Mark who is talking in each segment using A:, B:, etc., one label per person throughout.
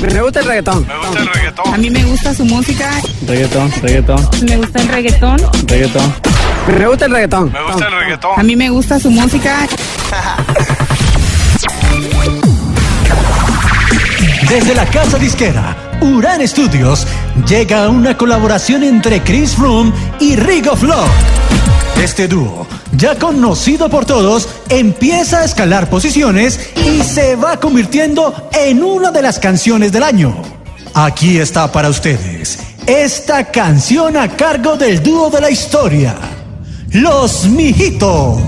A: Me gusta el reggaetón.
B: Me gusta el reggaetón.
C: A mí me gusta su música,
D: Reggaetón, reggaetón,
C: me gusta el reggaetón.
D: reggaetón.
A: Me gusta el reggaetón.
B: Me gusta el
C: A
B: reggaetón.
C: mí me gusta su música.
E: Desde la casa disquera, Uran Studios, llega una colaboración entre Chris Room y Rig of Love. Este dúo, ya conocido por todos, empieza a escalar posiciones y se va convirtiendo en una de las canciones del año. Aquí está para ustedes esta canción a cargo del dúo de la historia, Los Mijitos.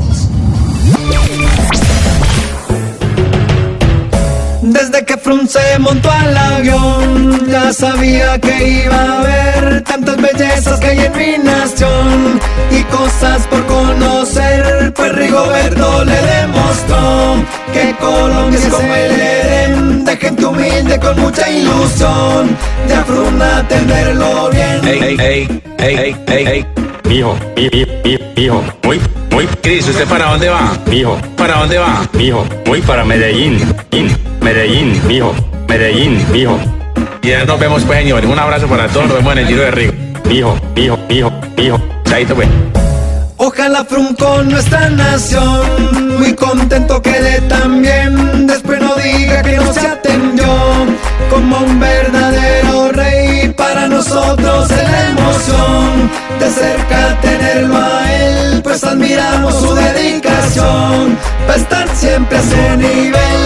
F: Desde que Frun se montó al avión, ya sabía que iba a ver tantas bellezas que hay en mi nación y cosas por conocer. Pues Rigoberto le demostró que Colombia es como el Edén, de gente humilde con mucha ilusión, de a Frun atenderlo bien.
G: Ey, ey, ey, ey, ey, ey, ey. Mijo, mi- mi- mi- mijo, muy, muy. Cris, ¿usted para dónde va? Mijo, ¿para dónde va? Mijo, muy para Medellín, in, Medellín, mijo, Medellín, mijo. Y ya nos vemos, pues, señores. Un abrazo para todos. Nos vemos en el Giro de Río. Mijo, mijo, mijo, mijo. Chaito, pues.
F: Ojalá Frun con nuestra nación, muy contento quede también. Después este no diga que no se atendió, como un verdadero rey. Para nosotros es la emoción, de cerca tenerlo a él, pues admiramos su dedicación, para estar siempre a su nivel.